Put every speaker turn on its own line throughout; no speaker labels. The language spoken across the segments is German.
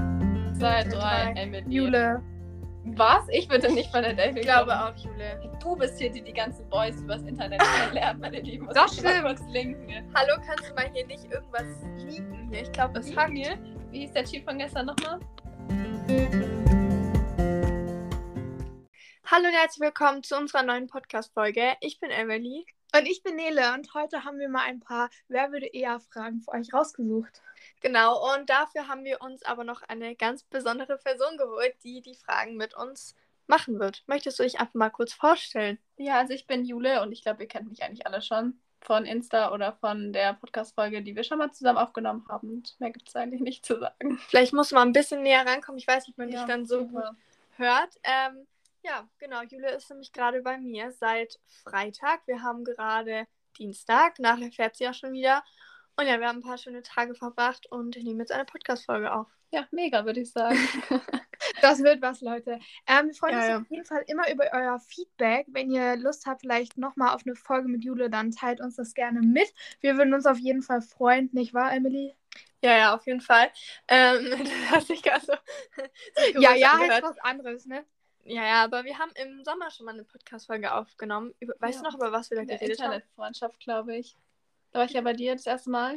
2, 3, Emily.
Jule.
Was? Ich bitte nicht von der Delphi.
Ich glaube auch Jule.
Du bist hier, die die ganzen Boys übers Internet kennenlernt, meine Lieben.
Das
Muss ich mal
stimmt.
kurz linken.
Hallo, kannst du mal hier nicht irgendwas liegen? Ich glaube,
Das
es hackt.
Hangel. Wie hieß der Cheat von gestern nochmal?
Hallo und herzlich willkommen zu unserer neuen Podcast-Folge. Ich bin Emily.
Und ich bin Nele und heute haben wir mal ein paar Wer würde eher Fragen für euch rausgesucht.
Genau, und dafür haben wir uns aber noch eine ganz besondere Person geholt, die die Fragen mit uns machen wird. Möchtest du dich einfach mal kurz vorstellen?
Ja, also ich bin Jule und ich glaube, ihr kennt mich eigentlich alle schon von Insta oder von der Podcast-Folge, die wir schon mal zusammen aufgenommen haben. Und mehr gibt es eigentlich nicht zu sagen.
Vielleicht musst du mal ein bisschen näher rankommen. Ich weiß nicht, ob man
Ja,
dich dann so gut hört. Ähm, ja, genau. Jule ist nämlich gerade bei mir seit Freitag. Wir haben gerade Dienstag. Nachher fährt sie auch schon wieder. Und ja, wir haben ein paar schöne Tage verbracht und nehmen jetzt eine Podcast-Folge auf.
Ja, mega, würde ich sagen.
Das wird was, Leute. Ähm, wir freuen
Ja,
uns
ja.
auf jeden Fall immer über euer Feedback. Wenn ihr Lust habt, vielleicht nochmal auf eine Folge mit Jule, dann teilt uns das gerne mit. Wir würden uns auf jeden Fall freuen, nicht wahr, Emily?
Ja, ja, auf jeden Fall. Ähm, das hat sich gar so. so
ja,
komisch
ja,
angehört.
heißt was anderes, ne?
Ja, ja, aber wir haben im Sommer schon mal eine Podcast-Folge aufgenommen. Über, weißt
Ja.
du noch, über was wir da
In der
geredet haben?
Internetfreundschaft, glaube ich. Da war ich ja bei dir das erste Mal.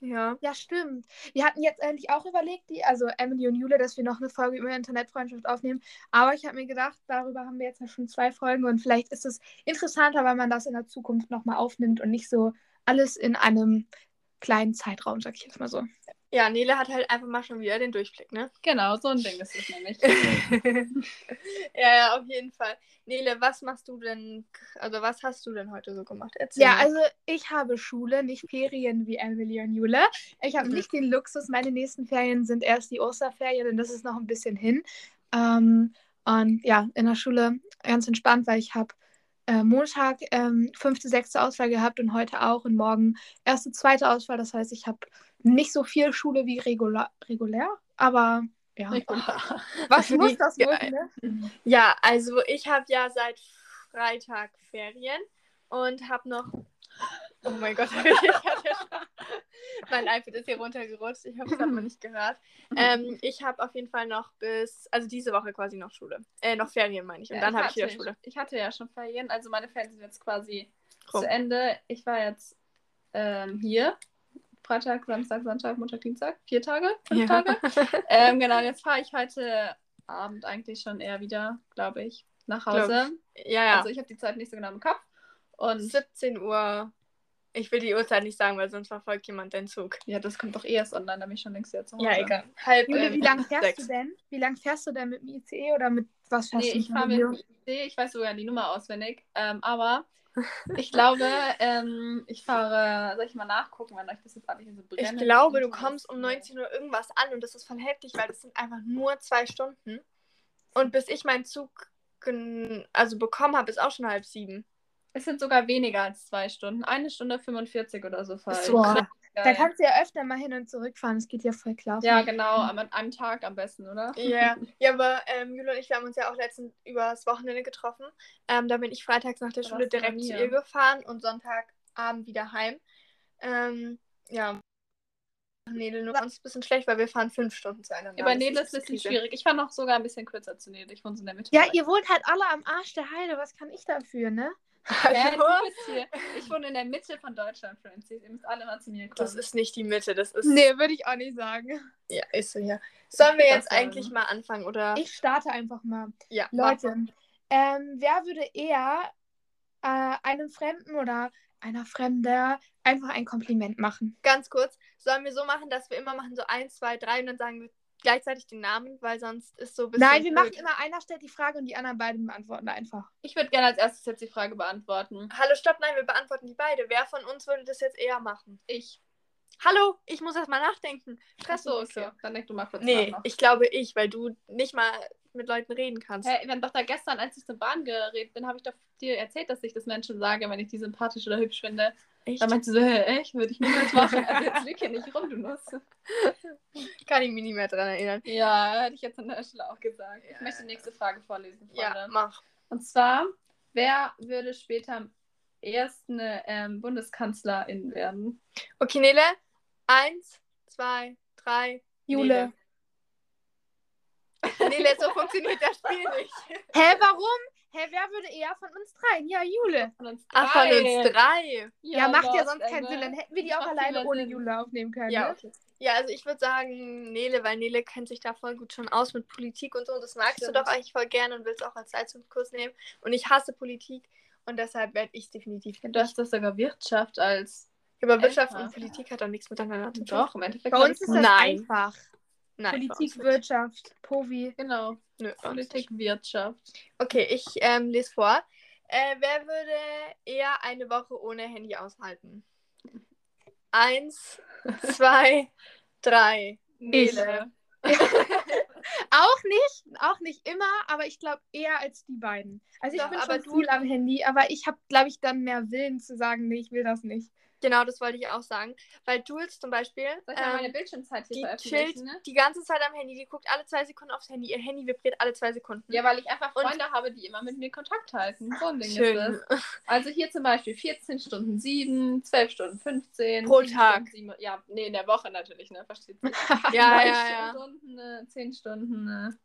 Ja.
Ja, stimmt. Wir hatten jetzt eigentlich auch überlegt, die, also Emily und Jule, dass wir noch eine Folge über Internetfreundschaft aufnehmen. Aber ich habe mir gedacht, darüber haben wir jetzt ja schon zwei Folgen und vielleicht ist es interessanter, weil man das in der Zukunft nochmal aufnimmt und nicht so alles in einem kleinen Zeitraum, sag ich jetzt mal so.
Ja, Nele hat halt einfach mal schon wieder den Durchblick, ne?
Genau, so ein Ding ist es nämlich.
ja, ja, auf jeden Fall. Nele, was machst du denn, also was hast du denn heute so gemacht? Erzähl
Ja,
mal.
also ich habe Schule, nicht Ferien wie Emily und Jule. Ich habe
Mhm.
nicht den Luxus, meine nächsten Ferien sind erst die Osterferien und das ist noch ein bisschen hin. Ähm, und ja, in der Schule ganz entspannt, weil ich habe äh, Montag ähm, fünfte, sechste Auswahl gehabt und heute auch und morgen erste, zweite Auswahl. Das heißt, ich habe nicht so viel Schule wie regular, regulär, aber ja. Was muss das
Geil.
wohl, ne?
Ja, also ich habe ja seit Freitag Ferien und habe noch. Oh mein Gott, ich hatte schon... mein iPad ist hier runtergerutscht. Ich hoffe, es hat man nicht gehört. Ähm, ich habe auf jeden Fall noch bis, also diese Woche quasi noch Schule. Äh, noch Ferien meine ich. Und
Ja,
dann habe ich
hatte
wieder
ja-
Schule.
Ich hatte ja schon Ferien, also meine Ferien sind jetzt quasi
Rum.
zu Ende. Ich war jetzt ähm, hier. Freitag, Samstag, Sonntag, Montag, Dienstag, vier Tage, fünf
Ja.
Tage. Ähm, genau, jetzt fahre ich heute Abend eigentlich schon eher wieder, glaube ich, nach
Glaub
Hause.
Ja, ja.
Also ich habe die Zeit nicht so genau im Kopf. Und
17 Uhr. Ich will die Uhrzeit nicht sagen, weil sonst verfolgt jemand den Zug.
ja, das kommt doch eh erst online, da bin ich schon längst wieder zu Hause.
Halb.
Jule,
ähm,
wie lange fährst
sechs.
du denn? Wie lange fährst du denn mit dem ICE oder mit was fährst
Nee,
du?
ich
mit dem
fahre mit
Video?
dem IC, ich weiß sogar die Nummer auswendig, ähm, aber ich glaube, ähm, ich fahre, soll ich mal nachgucken, wann euch das jetzt alles hier so brennt?
Ich glaube, du kommst um 19 Uhr irgendwas an und das ist voll heftig, weil das sind einfach nur zwei Stunden. Und bis ich meinen Zug gen- also bekommen habe, ist auch schon halb sieben.
Es sind sogar weniger als zwei Stunden, eine Stunde 45 oder so fahre
So
ich.
krass.
Geil.
Da kannst du ja öfter mal hin und zurückfahren. Das geht ja voll klar.
Äh, Ja, genau, am- an einem Tag am besten, oder?
Ja, ja aber ähm, Jule und ich, wir haben uns ja auch letztens übers Wochenende getroffen. Ähm, da bin ich freitags nach der
Da
Schule
warst du bei
direkt zu
mir.
ihr gefahren und Sonntagabend wieder heim. Ähm, ja. Nele, nur uns ein bisschen schlecht, weil wir fahren fünf Stunden zueinander.
Über
Das
Nele ist ein bisschen
Krise.
schwierig. Ich fahre noch sogar ein bisschen kürzer zu Nele. Ich wohne so in der Mitte.
Ja, ihr wohnt halt alle am Arsch der Heide. Was kann ich dafür, ne?
ja,
Hallo?
du bist hier. Ich wohne in der Mitte von Deutschland, Francis. Ihr müsst alle mal zu mir kommen.
Das ist nicht die Mitte, das ist.
würde ich auch nicht sagen.
Ja, ist so, ja. Sollen wir
Das
jetzt
war
eigentlich
so.
mal anfangen, oder?
Ich starte einfach mal.
ja,
Leute, ähm, wer würde eher äh, einem Fremden oder einer Fremder einfach ein Kompliment machen?
ganz kurz, sollen wir so machen, dass wir immer machen so 1, 2, 3 und dann sagen wir gleichzeitig den Namen, weil sonst ist so ein bisschen.
Nein, wir machen
blöd.
immer, einer stellt die Frage und die anderen beiden beantworten einfach.
Ich würde gerne als erstes jetzt die Frage beantworten.
Hallo, stopp, nein, wir beantworten die beide. Wer von uns würde das jetzt eher machen?
Ich.
Hallo, ich muss erst mal nachdenken. Stress
Achso,
so,
okay. Dann denk du mal kurz
Nee,
nach. noch.
ich glaube ich, weil du nicht mal mit Leuten reden kannst.
Hä, wir haben doch da gestern, als ich zur Bahn geredet bin, habe ich doch dir erzählt, dass ich das Menschen sage, wenn ich die sympathisch oder hübsch finde.
Echt?
Dann meinst du so, hä, echt? Würde ich niemals machen. Also jetzt lüg hier nicht rum, du Nuss.
Kann ich mich nicht mehr dran erinnern.
Ja, hätte ich jetzt an der Stelle auch gesagt. Ich
Ja.
möchte die nächste Frage vorlesen, Freunde.
Ja, mach.
Und zwar, wer würde später am ersten ähm, Bundeskanzlerin werden?
Okay, Nele. Eins, zwei, drei.
Jule.
Nele, so funktioniert das Spiel nicht.
Hä, warum? Hä, wer würde eher von uns dreien? Ja, Jule.
Von uns
Ach, von uns drei.
Ja, macht ja
Lord,
sonst keinen
aber-
Sinn. Dann hätten wir die
macht
auch alleine
lieber
ohne
Sinn.
Jule aufnehmen können.
Ja,
ne?
okay. Ja, also ich würde sagen Nele, weil Nele kennt sich da voll gut schon aus mit Politik und so. Und das magst
Stimmt.
du doch eigentlich voll gerne und willst auch als Leistungskurs nehmen. Und ich hasse Politik und deshalb werde ich definitiv.
Du hast das sogar Wirtschaft als.
Aber Wirtschaft
Einfach.
und Politik hat doch nichts miteinander zu tun.
Doch, im Endeffekt.
Bei
hab ich-
uns ist das
Nein.
einfach.
Nein, bei uns
Politik,
nicht.
Wirtschaft, Povi.
Genau.
Nö, bei uns
Politik, Wirtschaft.
Okay, ich ähm, lese vor. Äh, wer würde eher eine Woche ohne Handy aushalten? Eins, zwei, drei. Nele.
Auch nicht, auch nicht immer, aber ich glaube eher als die beiden. Also ich
Doch,
bin
aber
schon
du-
viel am Handy, aber ich habe, glaube ich, dann mehr Willen zu sagen, nee, ich will das nicht.
Genau, das wollte ich auch sagen. Weil Jules zum Beispiel,
Soll ich mal meine
ähm,
Bildschirmzeit hier
die
veröffentlichen,
chillt
ne?
die ganze Zeit am Handy, die guckt alle zwei Sekunden aufs Handy, ihr Handy vibriert alle zwei Sekunden.
Ja, weil ich einfach
Und-
Freunde habe, die immer mit mir Kontakt halten. So ein Ding
Schön.
ist das. Also hier zum Beispiel 14 Stunden 7, 12 Stunden 15.
Pro
7
Tag.
Stunden 7, ja, nee, in der Woche natürlich, ne? Versteht sich.
Ja,
9
ja, ja.
Stunden, äh, 10 Stunden,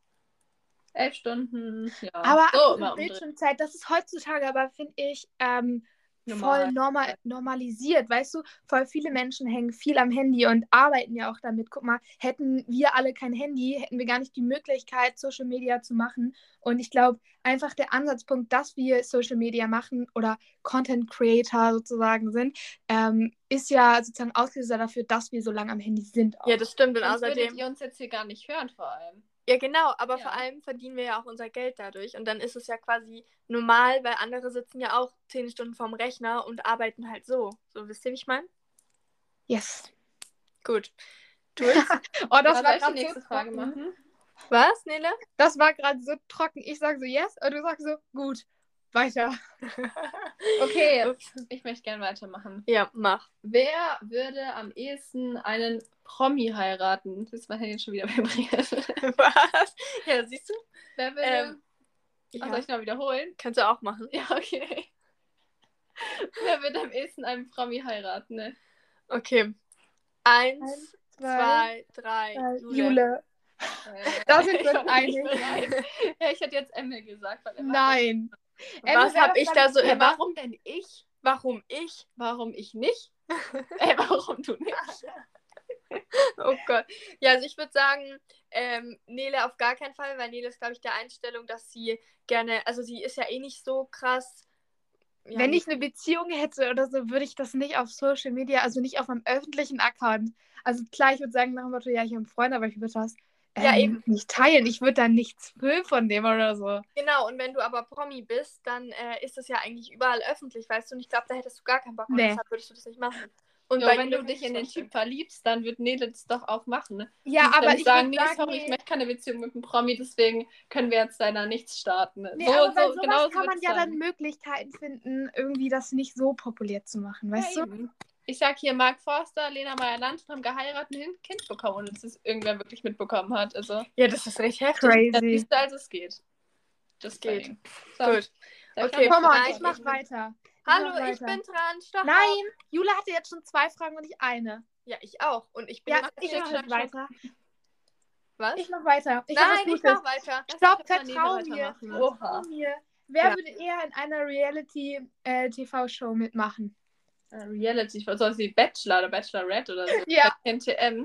äh, 11 Stunden. Ja.
Aber
so,
so,
immer umdrehen.
Bildschirmzeit, das ist heutzutage aber, finde ich, ähm, voll
Normal.
norma normalisiert. Weißt du, voll viele Menschen hängen viel am Handy und arbeiten ja auch damit. Guck mal, hätten wir alle kein Handy, hätten wir gar nicht die Möglichkeit, Social Media zu machen. Und ich glaube, einfach der Ansatzpunkt, dass wir Social Media machen oder Content Creator sozusagen sind, ähm, ist ja sozusagen Auslöser dafür, dass wir so lange am Handy sind. auch.
Ja, das stimmt. Und
Sonst würdet
außerdem,
ihr uns jetzt hier gar nicht hören, vor allem.
ja genau, aber vor
Ja.
allem verdienen wir ja auch unser Geld dadurch. Und dann ist es ja quasi normal, weil andere sitzen ja auch zehn Stunden vorm Rechner und arbeiten halt so. So, wisst ihr, wie ich meine?
yes.
Gut. Jules?
Oh, das
Was
war
soll ich die
gerade
nächste
so
Frage
Mhm.
trocken.
machen?
Was, Nele?
Das war gerade so trocken. Ich sage so yes und du sagst so gut. Weiter.
Okay,
Ups.
ich möchte gerne weitermachen.
Ja, mach.
Wer würde am ehesten einen Promi heiraten? Jetzt ist mein Handy schon wieder vibriert.
Was? Ja, siehst du?
Wer würde.
Ähm,
Ach, soll ich noch wiederholen?
Kannst du auch machen.
Ja, okay. Wer würde am ehesten einen Promi heiraten? Ne?
Okay. Eins,
Eins,
zwei, drei.
Äh,
Jule.
Jule. Da sind wir uns einig.
Ja, ich hätte jetzt Emil gesagt. Weil Emma-
Nein. Emma
Was
wäre
hab ich da so
Hä,
immer?
warum denn ich?
Warum ich?
Warum ich nicht? Äh, warum du nicht?
Oh Gott. Ja, also ich würde sagen, ähm, Nele auf gar keinen Fall, weil Nele ist, glaube ich, der Einstellung, dass sie gerne, also sie ist ja eh nicht so krass. Ja,
Wenn ich eine Beziehung hätte oder so, würde ich das nicht auf Social Media, also nicht auf meinem öffentlichen Account. Also klar, ich würde sagen nach dem Motto, ja, ich habe einen Freund, aber ich würde das ähm,
Ja, eben.
nicht teilen. Ich würde da nichts füllen von dem oder so.
Genau, und wenn du aber Promi bist, dann äh, ist das ja eigentlich überall öffentlich, weißt du? Und ich glaube, da hättest du gar keinen Bock und
Nee.
deshalb würdest du das nicht machen. Und
Jo,
bei
wenn
Nele
du dich
kann
in
ich
den
das verstehen.
Typ verliebst, dann wird Nele das doch auch machen. Ne? Die
Ja,
wird
aber
dann
ich
sagen, nee,
würde sagen,
sorry, ich möchte keine Beziehung mit einem Promi, deswegen können wir jetzt deiner nichts starten. Ne?
nee, aber bei sowas
genauso
kann
wird
man
es
ja
sein.
dann Möglichkeiten finden, irgendwie das nicht so populär zu machen, weißt
Ja,
du?
eben. Ich sag hier, Mark Forster, Lena Meyer-Landrut haben geheiratet und ein Kind bekommen, ohne dass es irgendwer wirklich mitbekommen hat. Also,
Ja, das ist richtig heftig.
das
Crazy.
ist als es geht. Das
Geht.
geht.
Gut. Okay,
Komm mal,
Nein,
ich mach weiter. Ich mach
Hallo, ich
weiter.
bin dran. Stopp.
Nein, Jule hatte jetzt schon zwei Fragen und ich eine.
Ja, ich auch. Und ich bin
Ja,
jetzt
ich
schon-
mach jetzt weiter.
Was?
Ich mach weiter. Ich hab was
Nein, ich
Gutes.
mach weiter.
Stopp,
Lass mich
vertrau
jetzt mal
mir.
weitermachen.
Vertrau
Oha.
mir. Wer
Ja.
würde eher in einer Reality-TV-Show mitmachen?
Äh, Reality, was soll sie? Bachelor oder Bachelorette oder so?
Ja.
Bei NTM.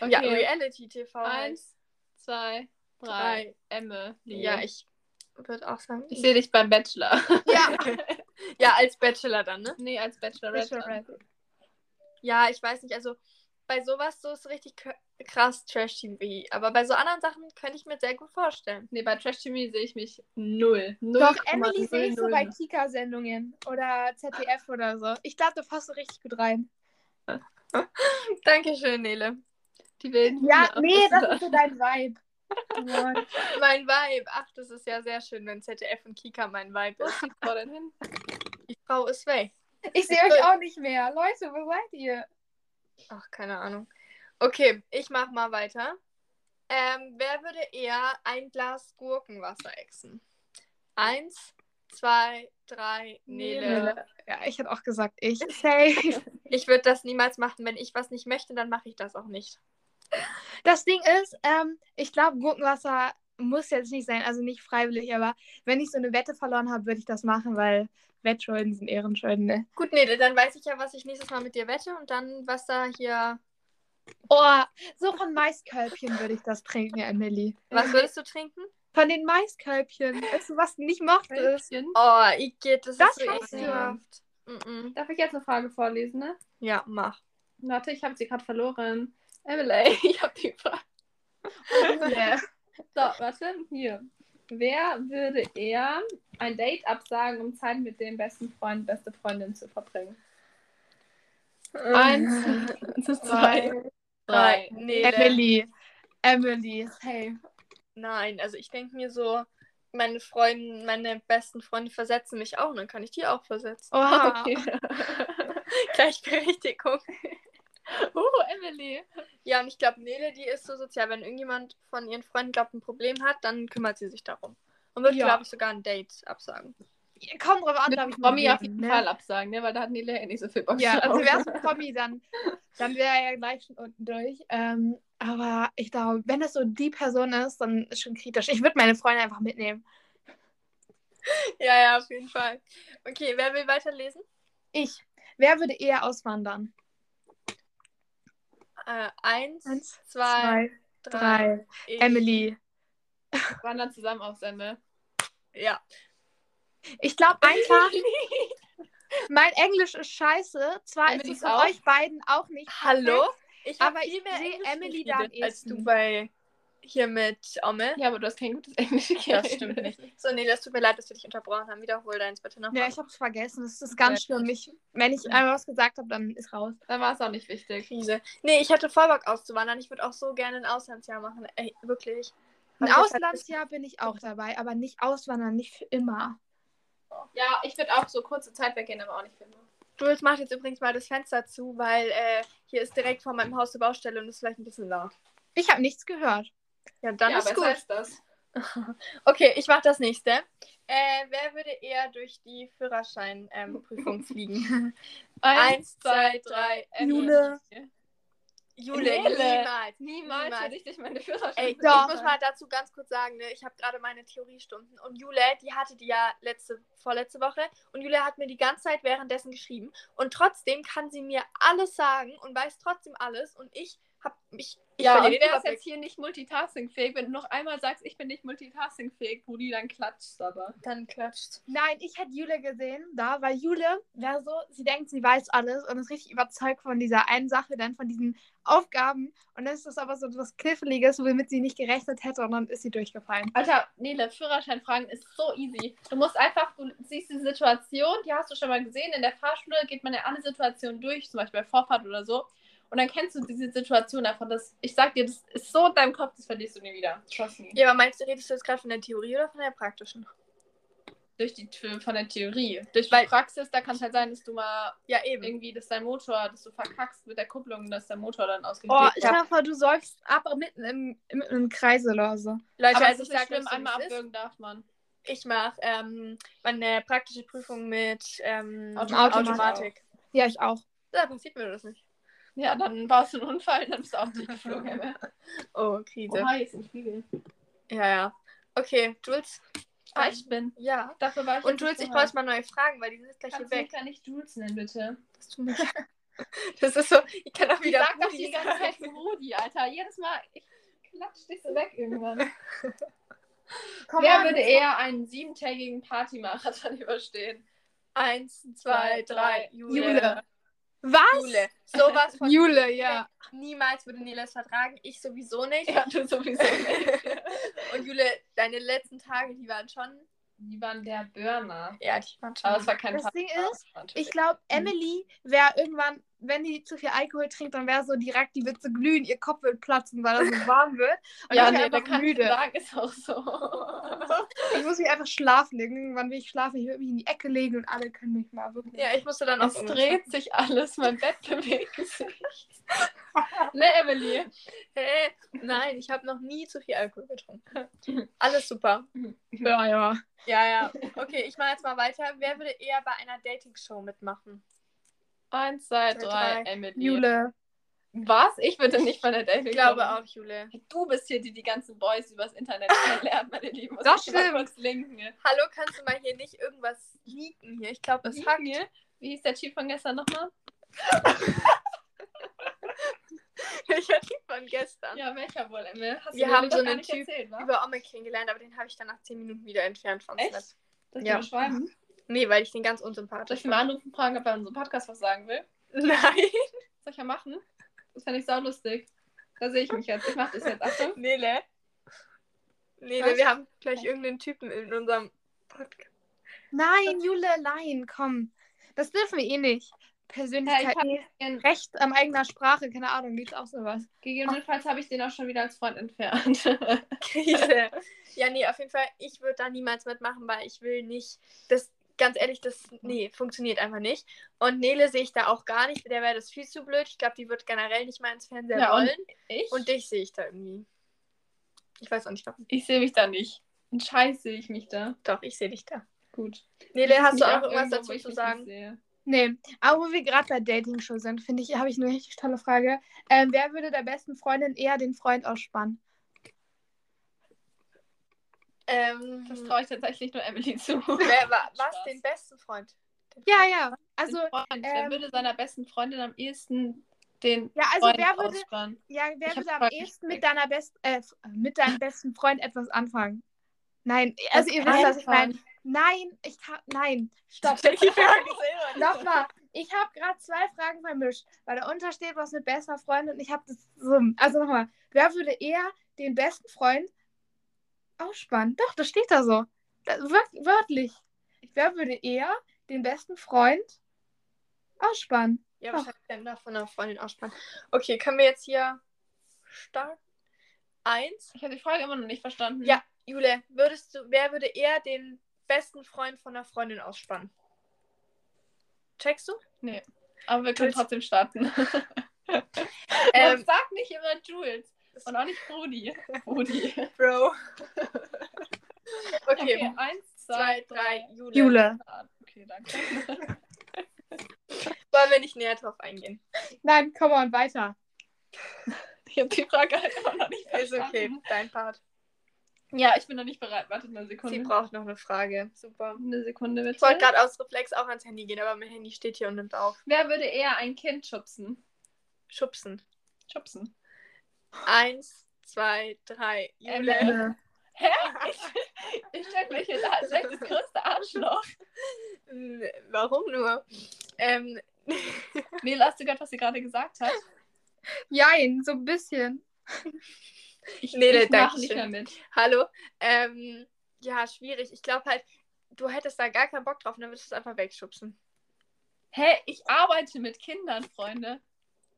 Okay.
Ja, Reality TV. halt.
Eins, zwei, drei. Emme.
Ja, ich würde auch sagen.
Ich sehe dich beim Bachelor.
Ja.
ja, als Bachelor dann, ne?
nee, als Bachelorette.
Bachelorette.
Ja, ich weiß nicht. Also bei sowas so ist richtig k- krass Trash TV. Aber bei so anderen Sachen könnte ich mir sehr gut vorstellen.
Nee, bei Trash TV sehe ich mich null. null
Doch,
Komma
Emily
null,
sehe ich so
null,
bei
null.
Kika-Sendungen oder ZDF oder so. Ich glaube, da passt du richtig gut rein.
Dankeschön, Nele.
Die wilden
Ja,
Hühner.
nee,
Was
das ist so dein Vibe. Ja.
Mein Vibe. Ach, das ist ja sehr schön, wenn ZDF und Kika mein Vibe
Wo
ist.
ist die Frau denn hin?
Die Frau ist weg.
Ich sehe euch auch nicht mehr. Leute, wo seid ihr?
Ach, keine Ahnung. Okay, ich mach mal weiter. Ähm, wer würde eher ein Glas Gurkenwasser exen? Eins, zwei, drei, Nele.
Nele.
Ja, ich hätte auch gesagt, ich. Safe.
Ich würde das niemals machen. Wenn ich was nicht möchte, dann mache ich das auch nicht.
Das Ding ist, ähm, ich glaube, Gurkenwasser muss jetzt nicht sein, also nicht freiwillig, aber wenn ich so eine Wette verloren habe, würde ich das machen, weil Wettschulden sind Ehrenschulden. Ne?
Gut, nee, dann weiß ich ja, was ich nächstes Mal mit dir wette und dann, was da hier.
Oh, so von Maiskölbchen würde ich das trinken, Emily.
Was würdest du trinken?
Von den Maiskölbchen. Weißt du, was du nicht mochtest?
Mädchen.
Oh, Igitt, das,
Das
ist so
kannst du.
ekelhaft. Mhm.
Darf ich jetzt eine Frage vorlesen, ne?
Ja, mach.
Warte, ich habe sie gerade verloren. Emily, ich habe die Frage.
Ja.
So, warte, hier. Wer würde eher ein Date absagen, um Zeit mit dem besten Freund, beste Freundin zu verbringen? Eins, zwei, drei.
Nee,
Emily. Emily.
Hey.
Nein, also ich denke mir so, meine Freunde, meine besten Freunde versetzen mich auch und dann kann ich die auch versetzen.
Oha.
Okay.
Gleichberechtigung.
Oh, Emily.
Ja, und ich glaube, Nele, die ist so sozial. Wenn irgendjemand von ihren Freunden glaubt, ein Problem hat, dann kümmert sie sich darum. Und wird,
Ja.
glaube ich, sogar ein Date absagen.
Kommt drauf an,
Mit
glaub ich.
Promi
mit
auf jeden
jedem, ne?
Fall absagen, ne? weil da hat Nele ja nicht so viel Bock
Ja,
drauf.
also wäre es ein Promi, dann, dann wäre er ja gleich schon unten durch. Ähm, aber ich glaube, wenn das so die Person ist, dann ist schon kritisch. Ich würde meine Freunde einfach mitnehmen.
Ja, ja, auf jeden Fall. Okay, wer will weiterlesen?
Ich. Wer würde eher auswandern?
Äh, eins,
Eins,
zwei, drei.
drei.
Ich.
Emily.
Wir waren dann zusammen auf Sende.
Ja.
Ich glaube einfach, mein Englisch ist scheiße. Zwar ist
Emily's
es von
auch?
euch beiden auch nicht.
Hallo? Ich hab
Aber ich seh
Englisch
Emily da am
geredet, als
ehesten.
du bei hier mit Omme.
Ja, aber du hast kein gutes Englisch geredet.
So, Nele, es tut mir leid, dass wir dich unterbrochen haben. Wiederhol deins bitte nochmal.
Ja, ich habe es vergessen. Das ist ganz schlimm. Ich, wenn ich einmal was gesagt habe, dann ist raus.
Dann war es auch nicht wichtig.
Krise. Nee, ich hatte vor, Bock auszuwandern. Ich würde auch so gerne ein Auslandsjahr machen. Ey, wirklich.
Ein
Aber ich halt hab-
Auslandsjahr bin ich auch dabei, aber nicht auswandern, nicht für immer.
Ja, ich würde auch so kurze Zeit weggehen, aber auch nicht viel.
Du, jetzt mach jetzt übrigens mal das Fenster zu, weil äh, hier ist direkt vor meinem Haus eine Baustelle und ist vielleicht ein bisschen laut.
Ich habe nichts gehört.
Ja, dann
ja,
ist gut.
Als das.
Okay, ich mach das nächste. Äh, wer würde eher durch die Führerscheinprüfung fliegen? Eins, zwei, drei.
Äh,
Emily.
Jule.
Jule,
Nele.
niemals. Niemals.
Niemals hätte ich dich meine Führerschein.
Ey,
Doch.
ich muss mal dazu ganz kurz sagen, ne, ich habe gerade meine Theoriestunden und Jule, die hatte die ja letzte, vorletzte Woche und Jule hat mir die ganze Zeit währenddessen geschrieben und trotzdem kann sie mir alles sagen und weiß trotzdem alles und ich hab mich, ich
ja, und
verliere den
wer ist
Überblick.
jetzt hier nicht multitaskingfähig? Wenn du noch einmal sagst, ich bin nicht multitaskingfähig, Brudi, dann klatscht's aber.
dann klatscht.
Nein, ich hätte Jule gesehen da, weil Jule wäre so, sie denkt, sie weiß alles und ist richtig überzeugt von dieser einen Sache, dann von diesen Aufgaben. Und dann ist das aber so etwas Kniffliges, womit sie nicht gerechnet hätte und dann ist sie durchgefallen.
Alter, Nele, Führerscheinfragen ist so easy. Du musst einfach, du siehst die Situation, die hast du schon mal gesehen. In der Fahrschule geht man ja alle Situationen durch, zum Beispiel bei Vorfahrt oder so. Und dann kennst du diese Situation einfach. Das, ich sag dir, das ist so in deinem Kopf, das verlierst du nie wieder. Trust me.
Ja, aber meinst du, redest du jetzt gerade von der Theorie oder von der praktischen?
Durch die, von der Theorie. Durch
Weil-
die Praxis, da kann es halt sein, dass du mal
Ja, eben.
irgendwie, dass dein Motor, dass du verkackst mit der Kupplung, dass der Motor dann ausgeht.
Oh,
ich
ich sag mal, du säufst ab mitten im, mitten im Kreise oder so.
Leute,
aber es
also
ist nicht
ich sage
schlimm, einmal
einmal
abwürgen darf man.
Ich mache ähm, meine praktische Prüfung mit ähm,
Automatik.
Automatik.
Ja, ich auch.
Da passiert mir das nicht.
Ja, dann baust du einen Unfall und dann bist du auch durchgeflogen. Emma.
Oh, Krise.
Oha, jetzt ein Spiegel.
Ja, ja. Okay, Jules.
Ah, ich bin.
Ja.
Dafür war ich
Und
jetzt
Jules,
nicht
ich
bereit.
brauche mal neue Fragen, weil die sind jetzt gleich hier
Kannst du mich
weg.
gar nicht Jules nennen, bitte?
Das tut mir leid. Das ist so, ich kann auch
Ich
wieder.
sag doch
Brudi
die ganze Zeit
sagen.
Rudi, Alter. Jedes Mal ich klatsch dich so weg irgendwann.
Komm
Wer
on.
würde eher einen siebentägigen Partymarathon überstehen?
Eins, zwei, drei. Jule.
Jule. Was?
Jule. Sowas von.
Jule,
Niemals würde Nele das vertragen. Ich sowieso nicht.
Ja, du sowieso.
Und Jule, deine letzten Tage, die waren schon.
Die waren der Burner.
Ja, die waren schon.
Aber es war kein
Das Ding
Partymarathon,
ist,
natürlich.
Ich glaube, Emily wäre irgendwann, wenn die zu viel Alkohol trinkt, dann wäre so direkt, die wird so glühen, ihr Kopf wird platzen, weil er so warm wird. Und
ja,
ich wär
nee, da
einfach
kann
müde.
ich sagen, ist auch so.
Ich muss mich einfach schlafen legen. Irgendwann will ich schlafen, ich will mich in die Ecke legen und alle können mich mal wirklich.
Ja, ich musste dann auch.
Es dreht sich alles, mein Bett bewegt sich. ne, Emily?
Hä? Nein, ich habe noch nie zu viel Alkohol getrunken. Alles super.
ja, ja.
Ja, ja. Okay, ich mache jetzt mal weiter. Wer würde eher bei einer Dating-Show mitmachen?
Eins, zwei,
Zwei,
drei, Emily.
Jule.
Was? Ich würde nicht von der Delphi
Ich glaube auch, Jule.
Du bist hier, die die ganzen Boys übers Internet kennenlernt, meine Lieben. Muss
Das
ich mal
stimmt.
kurz linken. ne?
Hallo, kannst du mal hier nicht irgendwas leaken hier? Ich glaube, es hackt.
Leaken? Wie hieß der Typ von gestern nochmal?
Ich hatte von gestern.
Ja, welcher wohl, Emil? Hast
Wir
mir
haben
doch
so
gar
einen
nicht
Typ
erzählt, wa?
Über Omme kennengelernt, aber den habe ich dann nach 10 Minuten wieder entfernt von
Echt?
Snap.
Soll ich
Ja. Mhm.
ja. beschreiben?
Nee, weil ich den ganz
Soll
unsympathisch
ich ihn mal anrufen, fragen, ob er in unserem Podcast was sagen will?
Nein.
Soll ich ja machen? Das fände ich saulustig. Da sehe ich mich jetzt. Ich mache das jetzt. Achtung.
Nele. Nele,
Was?
wir haben gleich irgendeinen Typen in unserem Podcast.
Nein, Jule, nein, komm. Das dürfen wir eh nicht.
Ja, ich
Persönlichkeit,
hab-
nee, Recht am eigener Sprache, keine Ahnung, gibt's auch sowas.
Gegebenenfalls habe ich den auch schon wieder als Freund entfernt.
Krise. ja, nee, auf jeden Fall, ich würde da niemals mitmachen, weil ich will nicht. Das, ganz ehrlich, das, nee, funktioniert einfach nicht. Und Nele sehe ich da auch gar nicht, der wäre das viel zu blöd. Ich glaube, die wird generell nicht mal ins Fernseher
Ja, und-
wollen.
ich?
Und dich sehe ich da irgendwie. Ich weiß auch nicht warum.
ich sehe mich da nicht. Ein Scheiß sehe ich mich da.
Doch, ich sehe dich da.
Gut.
Nele, hast
Mich
du auch noch irgendwas
irgendwo, wo
dazu
ich
zu
mich
sagen?
nicht sehe.
Nee, aber wo wir gerade bei Dating-Show sind, finde ich, habe ich eine richtig tolle Frage. Ähm, wer würde der besten Freundin eher den Freund ausspannen?
Ähm,
Das traue ich tatsächlich nur Emily zu.
wer war,
Spaß.
was? Den besten Freund? Den
Ja,
Freund?
ja. Also,
Den Freund, wer
ähm,
würde seiner besten Freundin am ehesten den
ja, also
Freund
wer würde,
ausspannen?
ja, wer
Ich
würde
hab
am
voll
ehesten mit deiner besten, äh, f- mit deinem besten Freund etwas anfangen? Nein, also ihr
kann
wisst, was ich
man.
meine. Nein, ich kann, nein, stopp.
Die Frage ist immer nicht-
Nochmal, ich habe gerade zwei Fragen vermischt, weil da unter steht was mit bester Freund und ich habe das so. Also nochmal, wer würde eher den besten Freund ausspannen? Doch, das steht da so. Da, wör- wörtlich. Wer würde eher den besten Freund ausspannen?
Ja, wahrscheinlich dann noch von einer Freundin ausspannen. Okay, können wir jetzt hier starten? Eins.
Ich habe die Frage immer noch nicht verstanden.
Ja, Jule, würdest du, wer würde eher den besten Freund von einer Freundin ausspannen? Checkst du?
Aber wir können
Willst-
trotzdem starten.
Ähm,
Ähm, sag nicht immer Jules. Und auch nicht Brudi. Brudi.
Bro. okay,
Okay, eins,
zwei, drei, Jule.
Jule.
Okay, danke.
Wollen wir nicht näher drauf eingehen?
Nein, komm mal weiter.
Ich habe die Frage halt immer noch nicht
Ist
verstanden.
okay, dein Part.
Ja, ich bin noch nicht bereit. Wartet eine
Sie
Sekunde.
braucht noch eine Frage. Super.
Eine Sekunde bitte.
Ich wollte gerade aus Reflex auch ans Handy gehen, aber mein Handy steht hier und nimmt auf.
Wer würde eher ein Kind schubsen?
Schubsen.
Schubsen.
Eins, zwei, drei, Jule.
Ähm, Hä? Ich, ich stelle mich hier da als das größte Arschloch.
N- Warum nur? Ähm,
Nele, hast du gehört, was sie gerade gesagt hat?
Jein, so ein bisschen.
Ich,
Nele,
ich mache
danke
nicht
schön.
mehr mit.
hallo. Ähm, ja, schwierig. Ich glaube halt, du hättest da gar keinen Bock drauf, und dann würdest du es einfach wegschubsen.
Hä? Ich arbeite mit Kindern, Freunde.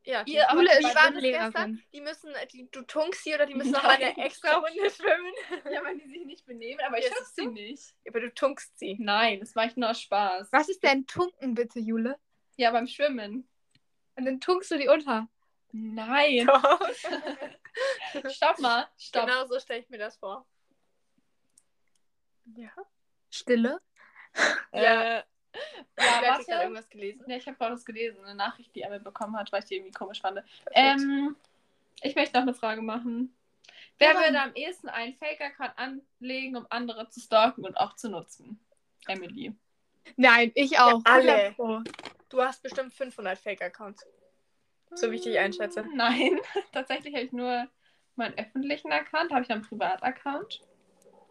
Ja, die,
Ihr- aber
Jule
die
die waren
ist
das
Schwimmlehrerin.
gestern, die müssen, die, du tunkst sie oder die müssen
Nein.
nochmal eine extra Runde schwimmen.
Ja, wenn die sich nicht benehmen, aber ich
Ja,
schubse
siehst
sie
du?
nicht.
Aber du tunkst sie.
Nein, das mache ich nur aus Spaß.
Was ist denn Tunken, bitte, Jule?
Ja, beim Schwimmen.
Und dann tunkst du die unter.
Nein.
Doch.
Stopp mal. Stopp.
genau so stelle ich mir das vor. Ja.
Stille.
Äh,
Ja. Ja,
Vielleicht habe ich gerade
warte.
irgendwas gelesen.
Ja, ich habe vorhin das gelesen, eine Nachricht, die Emil bekommen hat, weil ich die irgendwie komisch fand.
Perfekt.
Ähm, ich möchte noch eine Frage machen. Wer
Ja.
würde am ehesten einen Fake-Account anlegen, um andere zu stalken und auch zu nutzen? Emily.
Nein, ich auch.
alle.
100 Pro.
Du hast bestimmt 500 Fake-Accounts. So wie ich dich einschätze.
Mm, Nein, tatsächlich habe ich nur meinen öffentlichen Account, habe ich einen Privataccount.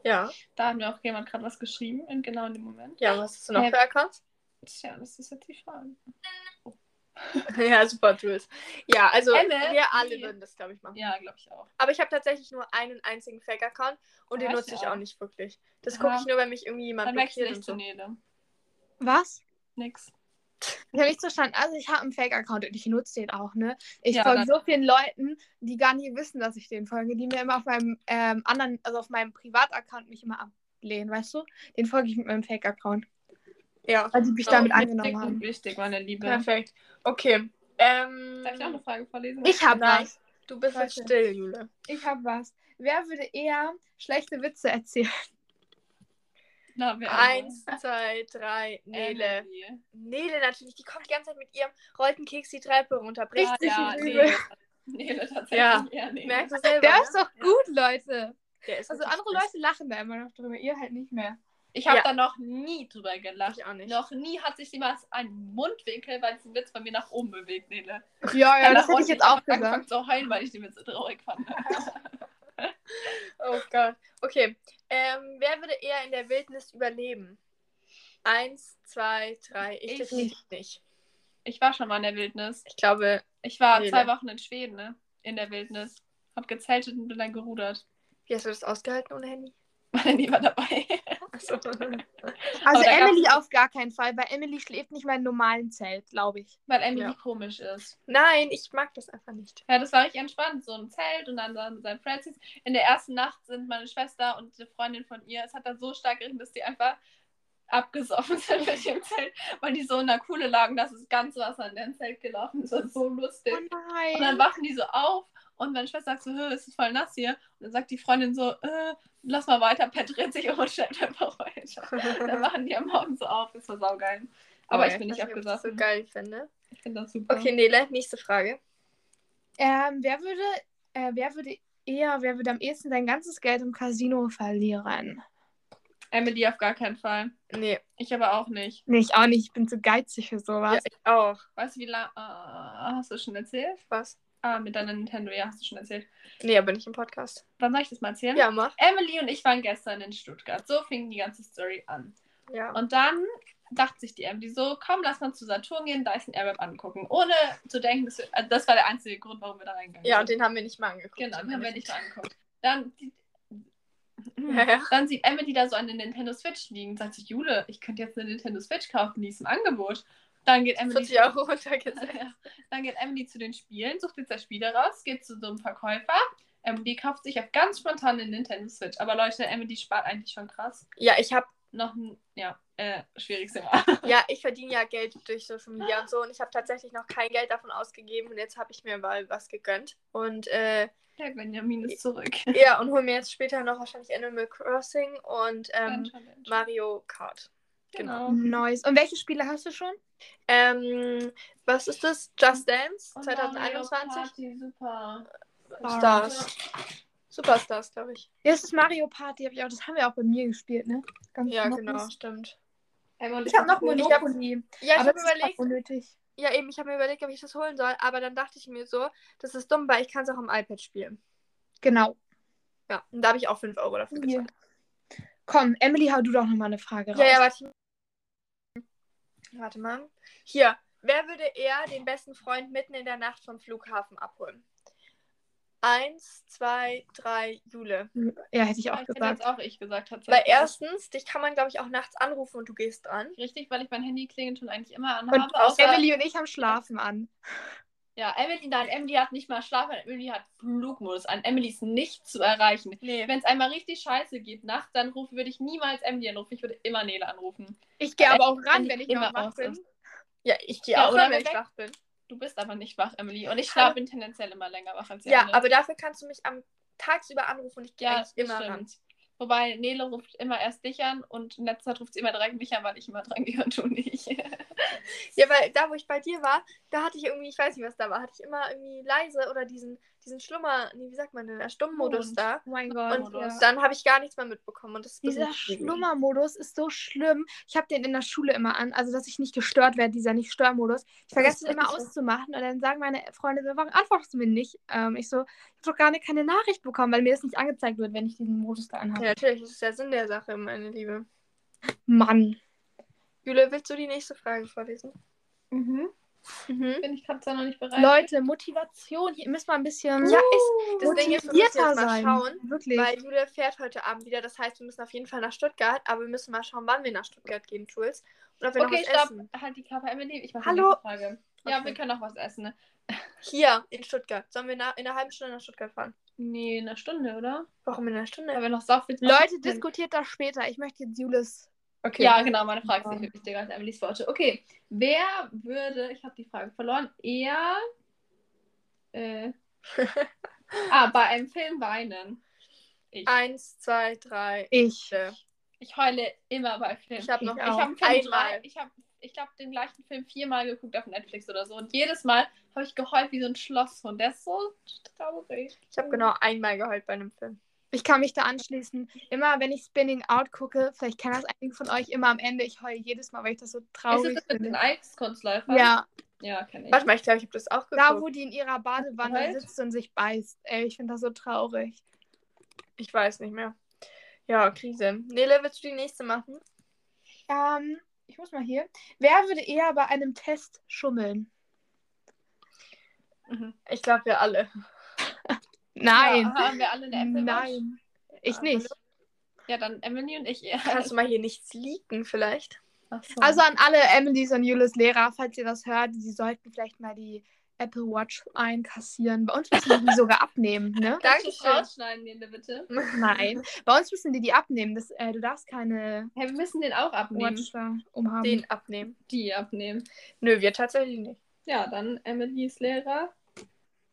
Ja.
Da hat mir auch jemand gerade was geschrieben, in genau in dem Moment.
Ja, was hast du noch
Ja.
für Accounts?
Tja, das ist jetzt die Frage.
ja, super, Jules. Ja, also
Emma,
wir alle
wie?
würden das, glaube ich, machen.
Ja, glaube ich auch.
Aber ich habe tatsächlich nur einen einzigen Fake-Account und
Ja,
den
ich
nutze ich
auch.
auch nicht wirklich. Das
Ja.
gucke ich nur, wenn mich irgendwie jemand
Dann wechsle
blockiert
ich
und
zu
so.
Nele.
Was?
Nix.
Ich habe nicht verstanden. Also ich habe einen Fake-Account und ich nutze den auch, ne? Ich
Ja,
folge
dann-
so vielen Leuten, die gar nicht wissen, dass ich denen folge, die mir immer auf meinem ähm, anderen, also auf meinem Privataccount mich immer ablehnen, weißt du? Den folge ich mit meinem Fake-Account,
Ja,
weil die mich
So,
damit
wichtig
angenommen
und
haben.
wichtig, meine Liebe.
perfekt. Okay. Ähm,
Darf ich auch eine Frage vorlesen?
Ich habe
Nein.
was.
du bist jetzt
Warte.
still, Jule.
Ich habe was. Wer würde eher schlechte Witze erzählen?
Na, wer Äh,
Eins, zwei, drei, Nele.
Emily.
Nele natürlich, die kommt die ganze Zeit mit ihrem rollten Keks die Treppe runter.
Ah,
Bricht sich
ja,
ein
nee,
Übel.
das Nele tatsächlich
Ja.
eher nicht.
Merkst du selber?
Der
ne?
ist doch gut, Leute.
Der ist
Also
wirklich
andere
schlecht.
Leute lachen da immer noch drüber, ihr halt nicht mehr.
Ich habe
Ja.
da noch nie drüber gelacht.
Ich auch nicht.
Noch nie hat sich jemand ein Mundwinkel bei diesem Witz bei mir nach oben bewegt, Nele.
Ja, ja,
Nach
das hätte ich
unten.
jetzt auch
hab angefangen
gesagt.
zu heulen, weil ich den Witz so traurig fand.
Oh Gott. Okay. Ähm, wer würde eher in der Wildnis überleben? Eins, zwei, drei. Ich,
Ich.
definitiv nicht.
Ich war schon mal in der Wildnis.
Ich glaube,
Ich war
Nele.
zwei Wochen in Schweden, ne? In der Wildnis. Hab gezeltet und bin dann gerudert.
wie hast du das ausgehalten ohne Handy?
Meine Nie war dabei.
Achso.
Also
Aber da gab's-
Emily auf gar keinen Fall, weil Emily schläft nicht mal im normalen Zelt, glaube ich.
Weil Emily
Ja.
komisch ist.
Nein, ich mag das einfach nicht.
Ja, das war richtig entspannt. So ein Zelt und dann da mit seinen Francis. In der ersten Nacht sind meine Schwester und eine Freundin von ihr, es hat dann so stark geregnet, dass die einfach abgesoffen sind mit dem Zelt, weil die so in der Kuhle lagen, dass das ganze Wasser in deren Zelt gelaufen ist. Das war so lustig.
Oh
Und dann
nein.
wachen die so auf und meine Schwester sagt so, "Hö, es ist voll nass hier. Und dann sagt die Freundin so, äh, lass mal weiter, Pat dreht sich um und schleppt einfach weiter. Dann machen die am Morgen so auf, das war saugeil. Aber ich bin nicht
weiß ob das
abgesoffen.
so geil finde.
Ich finde das super.
Okay, Nele, nächste Frage.
Ähm, wer würde, äh, wer würde eher, wer würde am ehesten sein ganzes Geld im Casino verlieren?
Emily auf gar keinen Fall.
Nee,
Ich aber auch nicht.
Nee, ich auch nicht. Ich bin zu geizig für
ja,
sowas.
ich auch.
Weißt du, wie lange. Ah, hast du schon erzählt?
Was?
Ah, mit deiner Nintendo, ja, hast du schon erzählt.
Nee, aber nicht im Podcast.
Wann soll ich das mal erzählen?
Ja, mach.
Emily und ich waren gestern in Stuttgart. So fing die ganze Story an.
Ja.
Und dann dachte sich die Emily so, komm, lass mal zu Saturn gehen, Dyson Airweb angucken. Ohne zu denken, dass wir, also das war der einzige Grund, warum wir da reingegangen
ja, und
sind.
den haben wir nicht mal angeguckt.
genau, den haben wir nicht mal angeguckt. Dann, die, hm,
Ja, ja.
dann sieht Emily da so eine Nintendo Switch liegen und sagt sich, Jule, ich könnte jetzt eine Nintendo Switch kaufen, die ist im Angebot. Dann geht Emily
40 Euro runtergesetzt.
Ja. Dann geht Emily zu den Spielen, sucht jetzt das Spiel raus, geht zu so einem Verkäufer. Emily kauft sich auf ganz spontan eine Nintendo Switch. Aber Leute, Emily spart eigentlich schon krass.
Ja, ich habe
Noch ein, ja, äh, schwieriges Thema.
Ja, ich verdiene ja Geld durch Social Media und so und ich habe tatsächlich noch kein Geld davon ausgegeben und jetzt habe ich mir mal was gegönnt. Und äh,
Der Benjamin ist zurück.
ja, und hole mir jetzt später noch wahrscheinlich Animal Crossing und ähm,
Mensch, oh Mensch.
Mario Kart.
genau.
Neues. Oh, Und welche Spiele hast du schon?
Ähm, was ist das? Just Dance
Und
2021?
Mario Party, super.
Party.
Stars. Superstars, glaube ich.
Ja, das ist Mario Party, hab ich auch, das haben wir auch bei mir gespielt, ne? Ganz
Ja,
normal.
genau, stimmt.
Emily
Ich habe noch
Monopoly.
Monopoly.
Ja, ich
aber
habe
das ist
überlegt,
auch unnötig.
ja eben, ich habe mir überlegt, ob ich das holen soll, aber dann dachte ich mir so, das ist dumm, weil ich kann es auch am iPad spielen.
Genau.
Ja, und da habe ich auch 5 Euro dafür
Hier.
gezahlt.
Komm, Emily, hau du doch nochmal eine Frage raus.
Ja, ja, warte. Warte mal. Hier. Wer würde eher den besten Freund mitten in der Nacht vom Flughafen abholen? Eins, zwei, drei, Jule.
ja hätte ich
Ja,
auch
Ich hätte
gesagt.
jetzt auch ich gesagt, tatsächlich.
Weil erstens, dich kann man, glaube ich, auch nachts anrufen und du gehst dran.
Richtig, weil ich mein Handy klingelton eigentlich immer anhabe.
Und
außer-
Emily und ich haben Schlafen an.
Ja, Emily, nein, Emily hat nicht mal Schlaf, Emily hat Flugmodus an. Emily ist nicht zu erreichen.
Nee.
Wenn es einmal richtig scheiße geht, nachts, dann rufe, würde ich niemals Emily anrufen. Ich würde immer Nele anrufen.
Ich gehe aber auch
Wenn
ran,
die
wenn ich
immer
noch wach
aus
bin.
ist.
Ja, ich gehe
Ja,
auch
oder
ran, wenn ich
Rebecca?
wach bin.
Du bist aber nicht wach, Emily. Und ich
Hallo.
schlafe bin tendenziell immer länger wach als die
Ja,
anderen.
aber dafür kannst du mich am tagsüber anrufen und ich gehe
ja, das
eigentlich immer ran.
stimmt. Wobei Nele ruft immer erst dich an und in letzter Zeit ruft sie immer direkt mich an, weil ich immer dran gehe und du nicht.
Ja, weil da, wo ich bei dir war, da hatte ich irgendwie, ich weiß nicht, was da war, hatte ich immer irgendwie leise oder diesen, diesen Schlummer, nee, wie sagt man denn, der Stummmodus
Mond.
da.
Oh mein Gott.
Und
ja.
dann habe ich gar nichts mehr mitbekommen. Und das ist ein
Dieser
bisschen schwierig.
Schlummermodus ist so schlimm. Ich habe den in der Schule immer an, also dass ich nicht gestört werde, dieser Nicht-Stör-Modus. Ich
ist
vergesse den immer
wirklich so.
auszumachen und dann sagen meine Freunde, so, warum antwortest du mir nicht? Ähm, ich so, ich habe doch gar nicht, keine Nachricht bekommen, weil mir das nicht angezeigt wird, wenn ich diesen Modus da
Ja,
anhabe.
natürlich, das ist der Sinn der Sache, meine Liebe.
Mann.
Jule, willst du die nächste Frage vorlesen?
Mhm.
Mhm.
Bin ich gerade zwar noch nicht bereit.
Leute, Motivation, hier müssen wir ein bisschen
Ja,
ich,
das- Deswegen müssen wir jetzt
motivierter
mal
sein.
schauen,
Wirklich.
Weil Jule fährt heute Abend wieder. Das heißt, wir müssen auf jeden Fall nach Stuttgart. Aber wir müssen mal schauen, wann wir nach Stuttgart gehen, Jules. Und ob wir
okay,
noch was
stopp.
essen.
Halt die Klappe, Emily. Ich mache
Hallo.
eine Frage. Ja,
Okay.
wir können auch was essen. Ne?
Hier, in Stuttgart. Sollen wir na- in einer halben Stunde nach Stuttgart fahren?
Nee, eine Stunde, oder?
Warum in einer Stunde?
Weil wir noch so viel
Leute, diskutiert das später. Ich möchte jetzt Julis.
Okay.
Ja, genau, meine Frage ist
Ja.
nicht viel wichtiger als Emilys Worte. Okay, wer würde, ich habe die Frage verloren, eher äh, ah, bei einem Film weinen? Ich.
Eins, zwei, drei.
Ich.
Jule.
Ich heule immer bei Filmen.
Ich habe noch
Ich
Ich
auch.
habe Film
Einmal.
drei, ich habe ich glaube, den gleichen Film viermal geguckt auf Netflix oder so. Und jedes Mal habe ich geheult wie so ein Schlosshund. Der ist so traurig.
Ich habe genau einmal geheult bei einem Film.
Ich kann mich da anschließen. Immer wenn ich Spinning Out gucke, vielleicht kennen das einige von euch, immer am Ende, ich heule jedes Mal, weil ich das so
Ist
traurig
es mit den
finde.
Eiskunstläufern?
Ja,
Ja, kenne ich.
Warte mal, ich glaube, ich habe das auch geguckt.
da wo die in ihrer Badewanne
Halt.
sitzt und sich beißt. Ey, ich finde das so traurig.
Ich weiß nicht mehr. Ja, Krise. Nele, willst du die nächste machen?
Ähm, ich muss mal hier. Wer würde eher bei einem Test schummeln?
Mhm.
Ich glaube, wir alle.
Nein.
Ja, haben wir alle eine Apple Watch?
Nein. Ich
Ja,
nicht.
Ja, dann Emily und ich. Ja.
Kannst du mal hier nichts leaken vielleicht?
Ach so.
Also an alle Emilys und Julis Lehrer, falls ihr das hört, sie sollten vielleicht mal die Apple Watch einkassieren. Bei uns müssen die die sogar abnehmen, ne?
kannst du es
Dankeschön.
rausschneiden, Nele, bitte?
Nein. Bei uns müssen die die abnehmen. Das, äh, du darfst keine
Hey, wir müssen den auch abnehmen.
Watch da umhaben.
Den abnehmen.
Die abnehmen.
Nö, wir tatsächlich nicht.
Ja, dann Emilys Lehrer.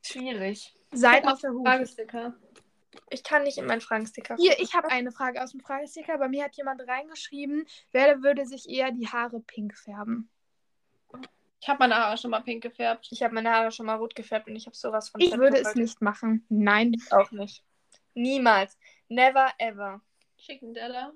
Schwierig.
Seid auf der Hut.
Fragesticker.
Ich kann nicht in meinen Fragensticker.
Hier, ich habe eine Frage aus dem Fragesticker. Bei mir hat jemand reingeschrieben, wer würde sich eher die Haare pink färben?
Ich habe meine Haare schon mal pink gefärbt.
ich habe meine Haare schon mal rot gefärbt und ich habe sowas von.
Ich würde es
verdoppelt.
nicht machen. Nein.
Ich auch nicht. Niemals. Never ever.
Chicken Della.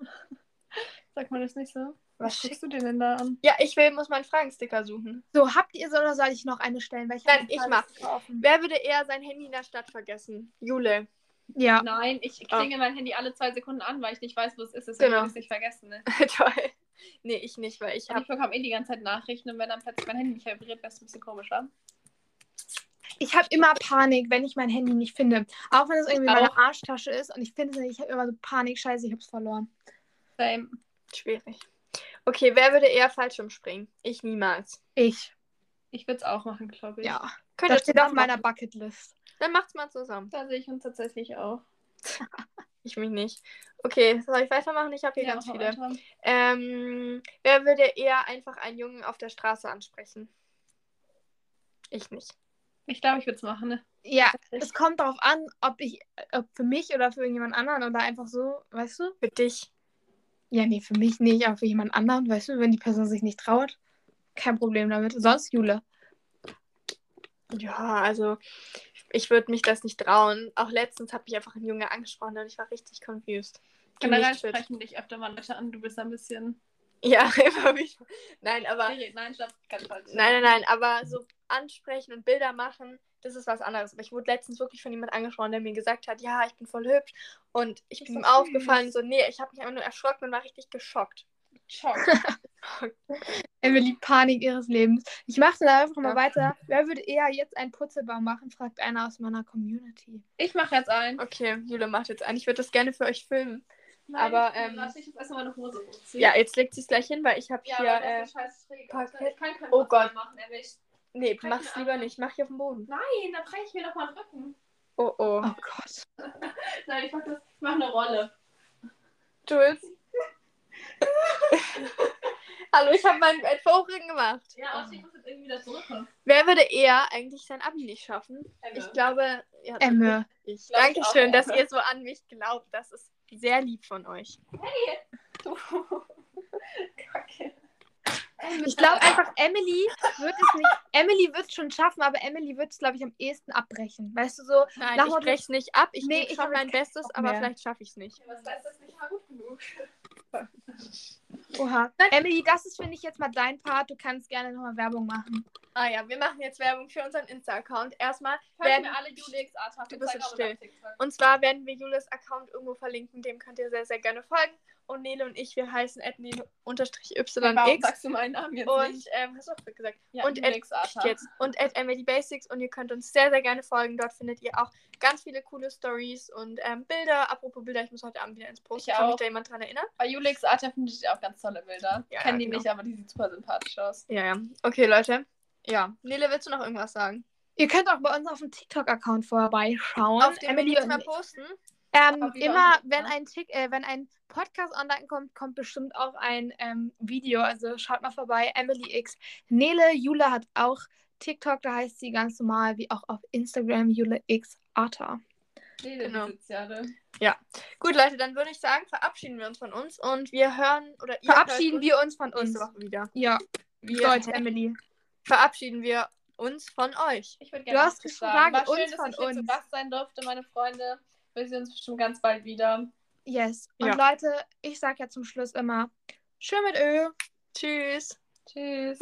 Sag mal das nicht so.
Was
guckst du dir denn da an?
Ja, ich will, muss meinen Fragensticker suchen.
So, habt ihr so oder soll ich noch eine stellen? Weil ich
Nein,
hab
ich
den
mach.
Fragesticker offen.
Wer würde eher sein Handy in der Stadt vergessen? Jule. Ah.
Ja.
Nein, ich klinge mein Handy alle zwei Sekunden an, weil ich nicht weiß, wo es ist. Deswegen
Genau.
genau. ich es nicht vergessen. Ne?
Toll. Nee, ich nicht, weil ich
Und
habe.
ich bekomme eh die ganze Zeit Nachrichten und wenn dann plötzlich mein Handy nicht vibriert, wäre es ein bisschen komisch, wa?
Ich habe immer Panik, wenn ich mein Handy nicht finde. Auch wenn es irgendwie in
Auch.
meiner Arschtasche ist und ich finde es nicht. Ich habe immer so Panik. Scheiße, ich habe es verloren.
Same.
Schwierig. Okay, wer würde eher Fallschirm springen? Ich niemals.
Ich.
Ich würde es auch machen, glaube ich.
Ja.
Könnt
Das
ihr
steht auf
zusammen
meiner
machen?
Bucketlist.
Dann macht's mal zusammen.
Da sehe ich uns tatsächlich auch.
Ich mich nicht. Okay, soll ich weitermachen? Ich habe hier
Ja,
ganz
mach
viele.
weiter.
Ähm, wer würde eher einfach einen Jungen auf der Straße ansprechen? Ich nicht.
Ich glaube, ich würde es machen. Ne?
Ja, es kommt darauf an, ob ich, ob für mich oder für irgendjemand anderen oder einfach so, weißt du?
Für dich.
Ja, nee, für mich nicht, aber für jemand anderen, weißt du, wenn die Person sich nicht traut, kein Problem damit. Sonst Jule.
Ja, also ich würde mich das nicht trauen. Auch letztens hat mich einfach ein Junge angesprochen und ich war richtig confused. Bin
Generell
nicht fit.
sprechen dich öfter mal Leute an. Du bist ein bisschen.
Ja, immer wieder. Nein, aber
Nee, Nein, stopp, ganz falsch.
Nein, nein, nein, aber so ansprechen und Bilder machen, das ist was anderes. Aber ich wurde letztens wirklich von jemand angesprochen, der mir gesagt hat, ja, ich bin voll hübsch. Und ich
Ist
bin ihm
doch süß.
aufgefallen, so, nee, ich habe mich einfach nur erschrocken und war richtig geschockt.
Schock.
Emily, Panik ihres Lebens. Ich mache da einfach
Ja.
mal weiter. Wer würde eher jetzt einen Putzelbaum machen, fragt einer aus meiner Community.
Ich mache jetzt ein.
Okay, Jule macht jetzt ein. Ich würde das gerne für euch filmen.
Nein,
aber,
ich-
ähm,
warte, ich muss erstmal meine Hose hochziehen.
Ja, jetzt legt sie es gleich hin, weil ich habe
Ja,
hier.
aber
äh,
das ist ein scheiß Träger. Ich
Parkett.
kann ich kann keinen
Oh
Putz mehr
Gott.
machen, nämlich.
nee,
kann
mach's
ich
lieber
einfach-
nicht. Mach hier auf dem Boden.
Nein, dann breche ich mir nochmal den Rücken.
Oh oh.
Oh Gott.
Nein, ich mache mach eine Rolle.
Jules. Hallo, ich habe meinen Vorigen gemacht.
Ja, aber ich muss jetzt irgendwie wieder zurückkommen.
Wer würde eher eigentlich sein Abi nicht schaffen? Ich glaube, ja,
Emme.
Ich
Glaub ich
Dankeschön,
auch,
dass
Emme.
ihr so an mich glaubt. Das ist sehr lieb von euch.
Kacke.
Ich glaube einfach, Emily wird es nicht. Emily wird es schon schaffen, aber Emily wird es, glaube ich, am ehesten abbrechen. Weißt du so?
Nein,
Nach
ich
Motto-
brech's nicht ab. Ich
Nee,
gebe
ich
schon
hab
mein
jetzt keinen
Bestes,
Bock
aber
mehr.
vielleicht schaffe ich's nicht.
Was heißt das nicht mal gut genug?
Oha. Emily, das ist, finde ich, jetzt mal dein Part. Du kannst gerne nochmal Werbung machen.
Ah ja, wir machen jetzt Werbung für unseren Insta-Account. Erstmal
Folgt
werden
mir alle Julix Arthaft.
Du bist so still. und zwar werden wir Jules Account irgendwo verlinken, dem könnt ihr sehr, sehr gerne folgen. Und Nele und ich, wir heißen
Warum
nele-yx
sagst du meinen Namen jetzt
und
nicht?
ähm, hast du auch gesagt.
Ja,
und
Julix Arthaft.
jetzt und at Emily Basics und ihr könnt uns sehr, sehr gerne folgen. Dort findet ihr auch ganz viele coole Stories und ähm, Bilder. Apropos Bilder, ich muss heute Abend wieder ins Post.
Ich
Kann mich
auch.
da jemand dran erinnern?
Bei Julix Arthaft finde ich auch ganz tolle Bilder.
Ja,
Kennen die
ja, genau.
nicht, aber die sieht super sympathisch aus.
Ja, ja. Okay, Leute. Ja. Nele, willst du noch irgendwas sagen?
Ihr könnt auch bei uns auf dem TikTok-Account vorbeischauen.
Auf dem Emily jetzt mal
und,
posten.
ähm,
Auf jeden
immer,
Fall.
wenn ein, Tick, äh, wenn ein Podcast online kommt, kommt bestimmt auch ein ähm, Video. Also schaut mal vorbei. Emily X. Nele, Jule hat auch TikTok. Da heißt sie ganz normal, wie auch auf Instagram, Jule X. Arta.
Lele,
Genau.
die ne? Soziale.
Gut, Leute, dann würde ich sagen, verabschieden wir uns von uns und wir hören oder ihr
Verabschieden
hört
wir uns von
uns
uns.
nächste Woche wieder.
Ja.
Wir
Deutsch, Emily.
verabschieden wir uns von euch.
Ich würde
Du
gerne
hast
noch was sagen.
gefragt,
War schön,
uns
dass
von
ich hier zu
uns.
Gast sein durfte, meine Freunde. Wir sehen uns bestimmt ganz bald wieder.
Yes. Und
Ja.
Leute, ich sage ja zum Schluss immer, schön mit Ö.
Tschüss.
Tschüss.